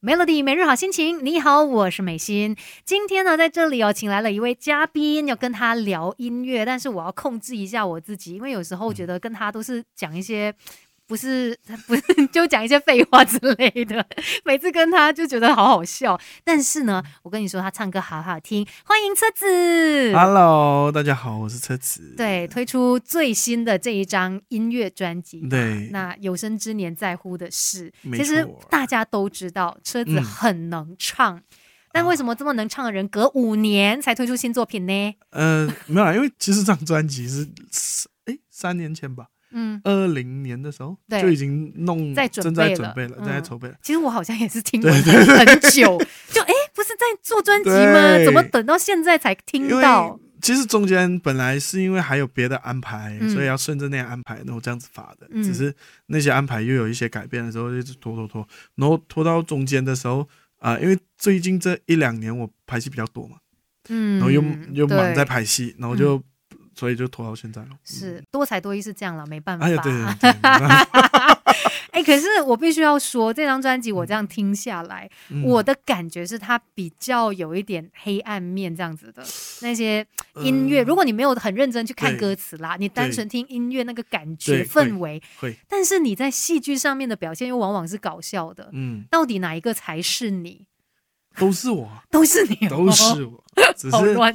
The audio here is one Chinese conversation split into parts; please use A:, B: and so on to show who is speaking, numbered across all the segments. A: Melody 每日好心情，你好，我是美心。今天呢，在这里哦，请来了一位嘉宾，要跟他聊音乐，但是我要控制一下我自己，因为有时候觉得跟他都是讲一些。不是不是， 就讲一些废话之类的。每次跟他就觉得好好笑，但是呢，我跟你说，他唱歌好好听。欢迎车子
B: 啊 Hello，大家好，我是车子。
A: 对，推出最新的这一张音乐专辑。
B: 对，
A: 那有生之年在乎的事，
B: 嗯没
A: 其实
B: 错
A: 大家都知道，车子
B: 嗯啊
A: 很能唱，但为什么这么能唱的人，隔五年才推出新作品呢？
B: 呃，没有啦，因为其实这张专辑是哎三年前吧，
A: 嗯，
B: 二零年的时候
A: 对
B: 就已经弄
A: 在准
B: 正在
A: 备
B: 准
A: 了
B: 备了，正在
A: 嗯
B: 筹备了。
A: 其实我好像也是 听
B: 对
A: 闻很久，就哎，不是在做专辑吗？
B: 对
A: 怎么等到现在才
B: 因
A: 听
B: 为
A: 到？
B: 其实中间本来是因为还有别的安排，
A: 嗯
B: 所以要顺着那样安排，然后这样子发的。
A: 嗯
B: 只是那些安排又有一些改变的时候，就是拖拖拖，然后拖到中间的时候啊、因为最近这一两年我拍戏比较多嘛，
A: 嗯
B: 然后又又忙在
A: 对嗯
B: 拍戏，然后就、所以就拖到现在了。嗯
A: 是多才多艺是这样了，没办法。
B: 哎呀，对对对，没办法
A: 哎，可是我必须要说，这张专辑我这样听下来，
B: 嗯
A: 我的感觉是它比较有一点黑暗面这样子的那些音乐，
B: 呃
A: 如果你没有很认真去看
B: 对
A: 歌词啦，你单
B: 对
A: 纯听音乐那个感觉
B: 对
A: 氛围，
B: 会，
A: 但是你在戏剧上面的表现又往往是搞笑的，
B: 嗯，
A: 到底哪一个才是你？
B: 都是我，
A: 都是你 哦，
B: 都是我，只
A: 好
B: 是
A: 乱，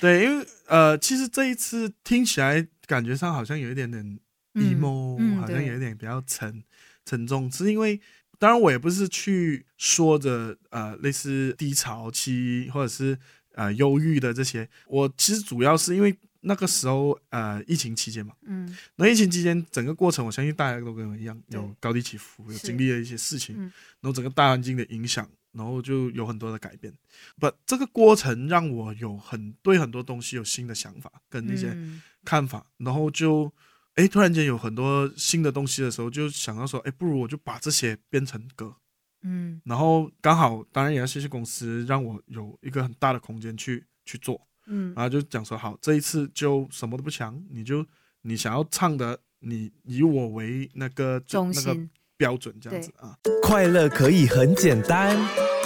B: 对，因为呃，其实这一次听起来感觉上好像有一点点
A: 嗯
B: emo，、
A: 嗯
B: 好像
A: 对
B: 有一点比较沉沉重，是因为当然我也不是去说着呃类似低潮期或者是呃忧郁的这些，我其实主要是因为那个时候呃疫情期间嘛，
A: 嗯
B: 那疫情期间整个过程，我相信大家都跟我一样，
A: 对
B: 有高低起伏，有
A: 是
B: 经历了一些事情，
A: 嗯
B: 然后整个大环境的影响，然后就有很多的改变。不，这个过程让我有很对很多东西有新的想法跟一些
A: 嗯
B: 看法，然后就哎突然间有很多新的东西的时候，就想到说，哎，不如我就把这些变成歌。
A: 嗯
B: 然后刚好，当然也要谢谢公司让我有一个很大的空间去去做。
A: 嗯
B: 然后就讲说好，这一次就什么都不想，你就你想要唱的，你以我为那个最
A: 中
B: 那个
A: 心
B: 标准这样子啊。
C: 快乐可以很简单，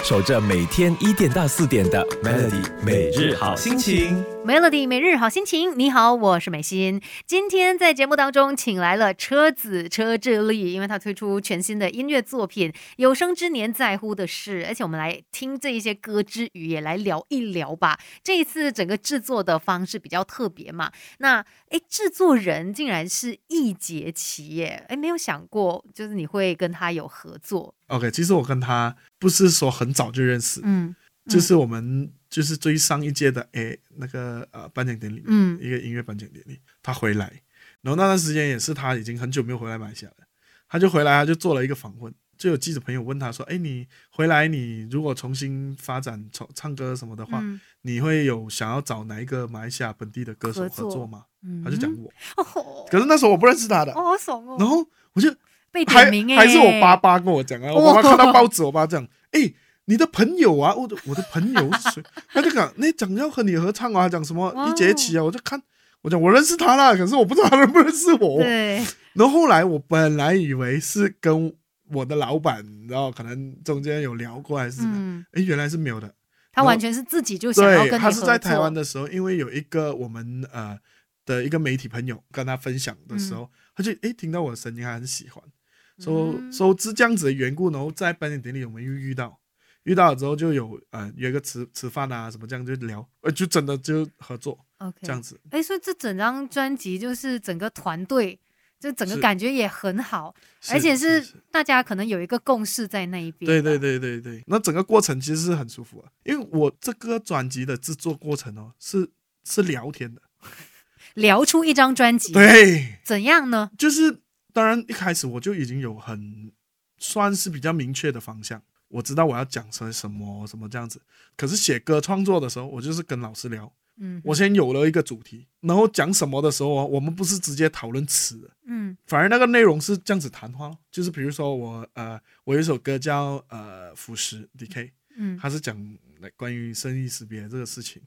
C: 守着每天一点到四点的 Melody 每日好心情。
A: Melody 每日好心情，你好，我是美心。今天在节目当中请来了车子车智力，因为他推出全新的音乐作品《有生之年在乎的事》，而且我们来听这一些歌之余，也来聊一聊吧。这一次整个制作的方式比较特别嘛，那诶，制作人竟然是易杰奇耶，诶，没有想过就是你会跟他有合作，
B: OK，其实我跟他不是说很早就认识，
A: 嗯，
B: 就是我们就是最上一届的诶那个呃颁奖典礼，
A: 嗯
B: 一个音乐颁奖典礼，他回来，然后那段时间也是他已经很久没有回来马来西亚了，他就回来，他就做了一个访问，就有记者朋友问他说，哎，你回来你如果重新发展唱唱歌什么的话，
A: 嗯
B: 你会有想要找哪一个马来西亚本地的歌手
A: 合作
B: 合作吗？
A: 嗯
B: 他就讲我，
A: 哦，
B: 可是那时候我不认识他的，
A: 哦好爽哦，
B: 然后我就
A: 被点
B: 还
A: 名诶，欸
B: 还是我爸爸跟我讲啊，我妈妈
A: 哦
B: 看到报纸，我爸讲，哎，你的朋友啊，我的我的朋友是谁？ 他就讲那讲要和你合唱啊，讲什么
A: 哇哦
B: 一节棋啊，我就看。我讲我认识他啦，可是我不知道他认不认识我。
A: 对。
B: 然后后来我本来以为是跟我的老板，然后可能中间有聊过还是怎么样，
A: 嗯，
B: 哎、原来是没有的。
A: 他
B: 然后
A: 完全是自己就想要
B: 对，
A: 跟你
B: 他是在
A: 合
B: 台
A: 作
B: 湾的时候，因为有一个我们呃的一个媒体朋友跟他分享的
A: 嗯
B: 时候，他就诶听到我的声音，他很喜欢，说
A: 嗯
B: 说是这样子的缘故，然后在颁奖典礼我们又遇到，遇到了之后就有呃约个吃吃饭啊什么这样就聊，呃就真的就合作
A: OK
B: 这样子，
A: 哎，所以这整张专辑就是整个团队，就整个
B: 是
A: 感觉也很好，
B: 是
A: 而且
B: 是
A: 是大家可能有一个共识在那一边。
B: 对对，对对对，那整个过程其实是很舒服啊，因为我这个专辑的制作过程哦是是聊天的，
A: 聊出一张专辑，
B: 对。
A: 怎样呢？
B: 就是当然一开始我就已经有很算是比较明确的方向，我知道我要讲成什么什么这样子。可是写歌创作的时候，我就是跟老师聊，
A: 嗯，
B: 我先有了一个主题，然后讲什么的时候啊，我们不是直接讨论词的，
A: 嗯
B: 反而那个内容是这样子谈话咯，就是比如说我呃，我有一首歌叫呃《腐蚀 DK》，
A: 嗯
B: 它是讲呃关于生意识别这个事情，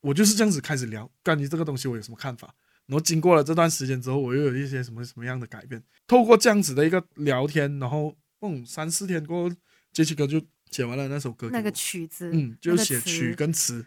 B: 我就是这样子开始聊，关于这个东西我有什么看法。然后经过了这段时间之后，我又有一些什么什么样的改变。透过这样子的一个聊天，然后嗯三四天过后，这期歌就写完了那首歌给我，
A: 那个曲子，
B: 嗯，就
A: 那个
B: 是写
A: 词
B: 曲跟词，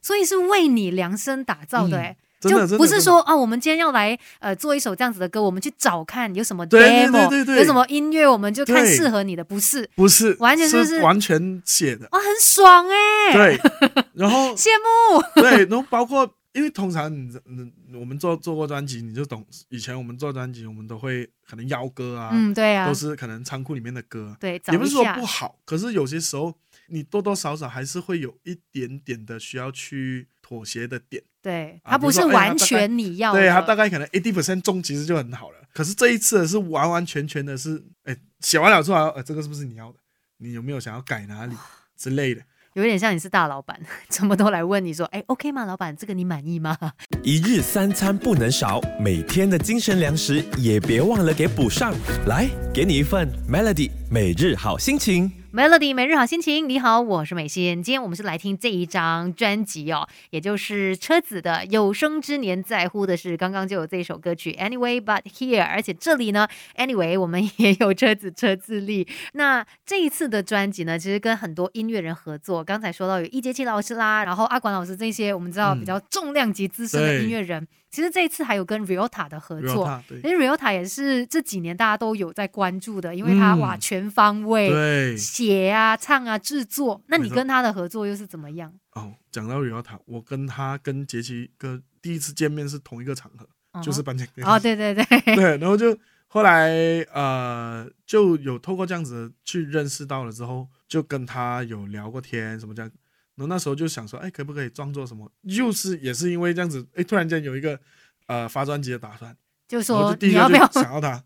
A: 所以是为你量身打造的、
B: 嗯
A: 哎、
B: 真的
A: 就不是。
B: 真的真的
A: 说啊，我们今天要来呃做一首这样子的歌，我们去找看有什么 demo，
B: 对对对对对
A: 有什么音乐，我们就看
B: 对
A: 适合你的，不是？
B: 不是，
A: 完全就是哦
B: 是完全写的，
A: 哇、很爽哎、
B: 对。然后
A: 羡慕，
B: 对，然后包括因为通常你你我们做做过专辑，你就懂。以前我们做专辑，我们都会可能邀歌啊，
A: 嗯，对啊
B: 都，是可能仓库里面的歌，
A: 对，找
B: 也不
A: 一
B: 是说
A: 下
B: 不好，可是有些时候你多多少少还是会有一点点的需要去妥协的点。
A: 对，
B: 啊
A: 它不
B: 比如
A: 是
B: 说哎
A: 完
B: 它大概
A: 全你要的，
B: 对，它大概可能 eighty percent 中其实就很好了。可是这一次的是完完全全的是，哎，写完了之后，呃，这个是不是你要的？你有没有想要改哪里之类的？
A: 有点像你是大老板， 什么都来问你说，哎，OK 吗，老板，这个你满意吗？
C: 一日三餐不能少，每天的精神粮食也别忘了给补上。来，给你一份 Melody 每日好心情。
A: Melody 每日好心情，你好，我是美心。今天我们是来听这一张专辑哦，也就是车子的有生之年在乎的是，刚刚就有这一首歌曲 Anyway But Here，而且这里呢，Anyway 我们也有车子车自力。那这一次的专辑呢，其实跟很多音乐人合作，刚才说到有易杰奇老师啦，然后阿管老师这些我们知道
B: 嗯
A: 比较重量级资深的
B: 对
A: 音乐人，其实这一次还有跟 Riota 的合作。
B: Ryota，对
A: 因为 Riota 也是这几年大家都有在关注的，因为他、
B: 嗯
A: 哇全方位，
B: 对
A: 写啊、唱啊、制作，那你
B: 没错
A: 跟他的合作又是怎么样？
B: 哦，讲到 Ryota，我跟他跟杰奇哥第一次见面是同一个场合，就是
A: 嗯
B: 颁奖典礼
A: 哼哦，对对对，
B: 对，然后就后来呃，就有透过这样子去认识到了之后，就跟他有聊过天什么这样。然后那时候就想说，哎，可不可以创作什么？又是也是因为这样子，哎，突然间有一个呃发专辑的打算，
A: 就
B: 然后
A: 说
B: 就第
A: 你
B: 一
A: 要
B: 个
A: 不要
B: 就？想要他，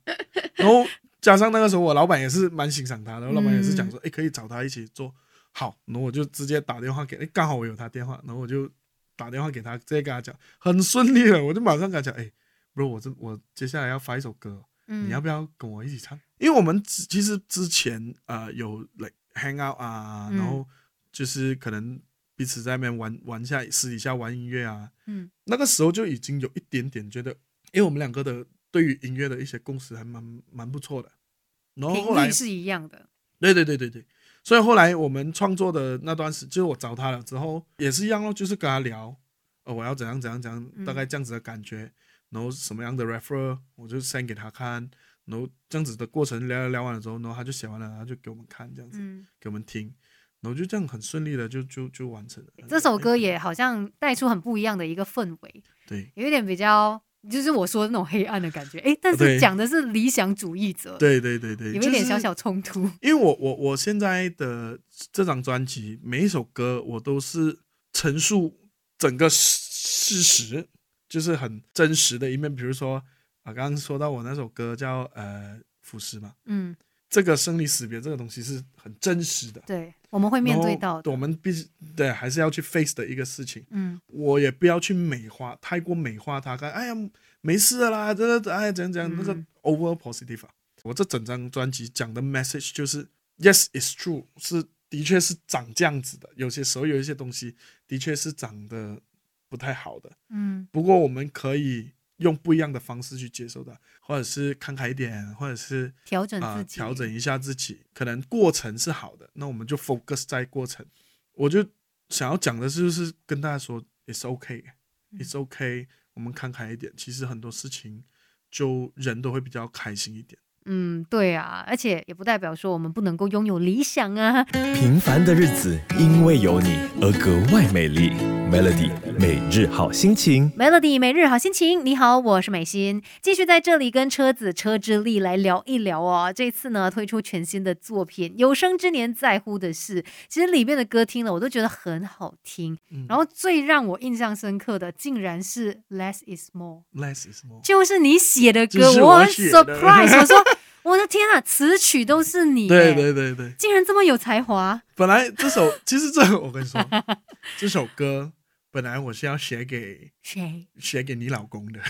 B: 然后加上那个时候我老板也是蛮欣赏他的，然后老板也是
A: 嗯
B: 讲说，哎，可以找他一起做。好，然后我就直接打电话给，哎，刚好我有他电话，然后我就打电话给他，直接跟他讲，很顺利了，我就马上跟他讲，哎，不是我这我接下来要发一首歌，哦
A: 嗯
B: 你要不要跟我一起唱？因为我们之其实之前呃有 like hang out 啊，
A: 嗯
B: 然后就是可能彼此在那边玩玩一下，私底下玩音乐啊。
A: 嗯
B: 那个时候就已经有一点点觉得，因为我们两个的对于音乐的一些共识还蛮蛮不错的。然后后
A: 频
B: 来
A: 率，是一样的，
B: 对对对对对，所以后来我们创作的那段时，就是我找他了之后也是一样咯，就是跟他聊，呃，我要怎样怎样怎
A: 嗯
B: 样，大概这样子的感觉。然后什么样的 refer，我就 send 给他看，然后这样子的过程聊聊完了之后，然后他就写完了，他就给我们看这样子，
A: 嗯，
B: 给我们听，然后就这样很顺利的就就就完成了。
A: 这首歌也好像带出很不一样的一个氛围，
B: 对
A: 有一点比较就是我说的那种黑暗的感觉，诶，但是
B: 对
A: 讲的是理想主义者，，
B: 对对对对，
A: 有一点小
B: 就是
A: 小冲突，
B: 因为我我我现在的这张专辑每一首歌我都是陈述整个事事实，就是很真实的一面。比如说啊，刚刚说到我那首歌叫呃腐蚀嘛，
A: 嗯，
B: 这个生离死别这个东西是很真实的，
A: 对，我们会面对到
B: 然后
A: 的，
B: 我们必须对还是要去 face 的一个事情。
A: 嗯
B: 我也不要去美化，太过美化它，看哎呀没事的啦，这这哎呀怎样怎样，那个
A: 嗯
B: over positive 啊。我这整张专辑讲的 message 就是 yes is true，是的确是长这样子的，有些时候有一些东西的确是长得不太好的，
A: 嗯
B: 不过我们可以用不一样的方式去接受它，或者是看开一点，或者是
A: 调整
B: 啊，
A: 自己
B: 调整一下自己，可能过程是好的，那我们就 focus 在过程。我就想要讲的是，就是跟大家说，it's
A: 嗯
B: okay，it's okay，我们看开一点。其实很多事情，就人都会比较开心一点。
A: 嗯，对啊，而且也不代表说我们不能够拥有理想啊，
C: 平凡的日子因为有你而格外美丽。Melody 每日好心情。
A: Melody 每日好心情，你好，我是美心，继续在这里跟车子车之力来聊一聊哦。这次呢，推出全新的作品《有生之年在乎的事》，其实里面的歌听了我都觉得很好听。
B: 嗯
A: 然后最让我印象深刻的，竟然是《Less Is More》，
B: Less is more。
A: 就是你写的歌，
B: 就是
A: 很
B: 我写的
A: surprise，我说我的天啊，词曲都是你，
B: 对对，对对，
A: 竟然这么有才华，
B: 本来这首 其实这我跟你说，这首歌本来我是要写给
A: 谁？
B: 写给你老公 的，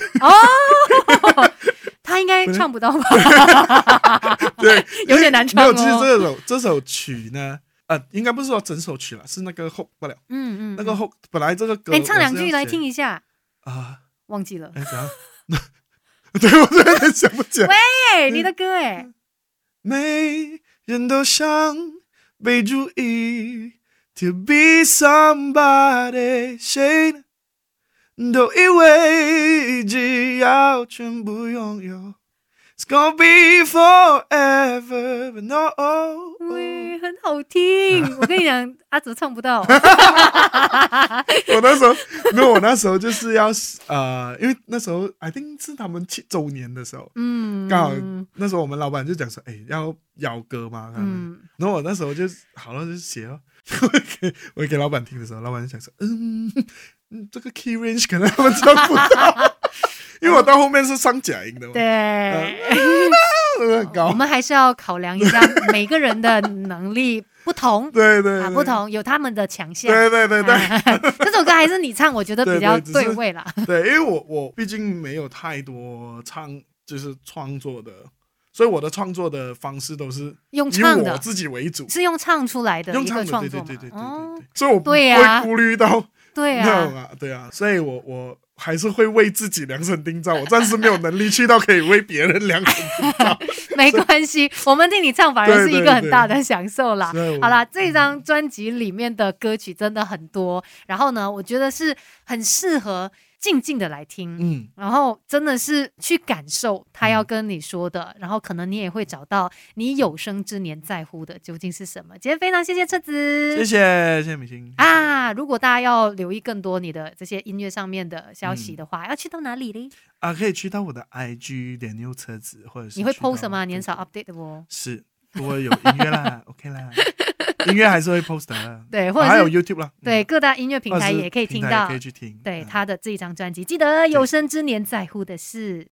A: 他应该
B: 不是
A: 唱不 到吧？
B: 对，
A: 有点难唱
B: 没
A: 哦
B: 有，其实这首这首曲呢，呃，应该不是说整首曲了，是那个 hook 不了。
A: 嗯嗯，
B: 那个
A: 嗯
B: 后本来这个歌，
A: 哎，唱两句来听
B: 一
A: 一下，
B: 啊，
A: 忘记 了。
B: 哎，怎样？对，我突然间想不起来。
A: 哎，你的歌哎，
B: 每人都像没注意。To be somebody，谁都以为只要全部拥有，It's gonna be forever，but no。嗯
A: 喂，很好 听。我跟你讲，阿祖唱不到。
B: 我那时候，没有，我那时候就是要呃，因为那时候 I think 是他们七周年的时候，
A: 嗯，
B: 刚好那时候我们老板就讲说，哎，要邀歌嘛，他们
A: 嗯，
B: 然后我那时候就好了，就写了。我给 我给老板听的时候，老板就想说，嗯，嗯这个 key range 可能他们唱不到，因为我到后面是上假音的嘛，
A: 对。哦
B: 呃，
A: 我
B: 很高，
A: 们还是要考量一下每个人的能力不同
B: 对 对
A: 啊，
B: 对
A: 不同嗯有他们的强项。
B: 对对对对
A: 这首歌还是你唱，我觉得比较
B: 对对只是
A: 对味啦。
B: 对，因为我我毕竟没有太多唱就是创作的，所以我的创作的方式都是
A: 用
B: 以
A: 唱
B: 我
A: 的，
B: 自己为主，
A: 是用唱出来的
B: 用
A: 一个
B: 唱的，对
A: 创
B: 对
A: 作嘛
B: 对对对对，
A: 哦
B: 对，所以我不
A: 对呀
B: 会顾虑到
A: 对
B: 那种
A: 啊，
B: 啊，对啊，所以我我还是会为自己量身定造，我暂时没有能力去到可以为别人量身定造。
A: 没关系，我们听你唱反而
B: 对
A: 是一
B: 对
A: 个很
B: 对
A: 大的享受啦。
B: 所以我嗯
A: 好啦，这张专辑里面的歌曲真的很多，然后呢，我觉得是很适合静静的来听。
B: 嗯，
A: 然后真的是去感受他要跟你说
B: 嗯
A: 的，然后可能你也会找到你有生之年在乎的究竟是什么。今天非常谢谢车子，
B: 谢谢谢谢美心，
A: 嗯啊！如果大家要留意更多你的这些音乐上面的消息
B: 嗯
A: 的话，要去到哪里嘞？
B: 啊，可以去到我的 IG 点牛车子，或者是
A: 你会
B: 去到
A: post 吗？年少
B: 对
A: update 的哦。
B: 是，如果有音 乐啦，OK 啦，音乐还是会 post 的，
A: 对或者
B: 啊还有
A: 是
B: YouTube 啦，嗯
A: 对，，各大音乐平
B: 或者
A: 台
B: 是
A: 也可以
B: 平
A: 听
B: 台
A: 到
B: 可以，去听，
A: 对
B: 嗯
A: 他的这一张专辑，记得有生之年在乎的事。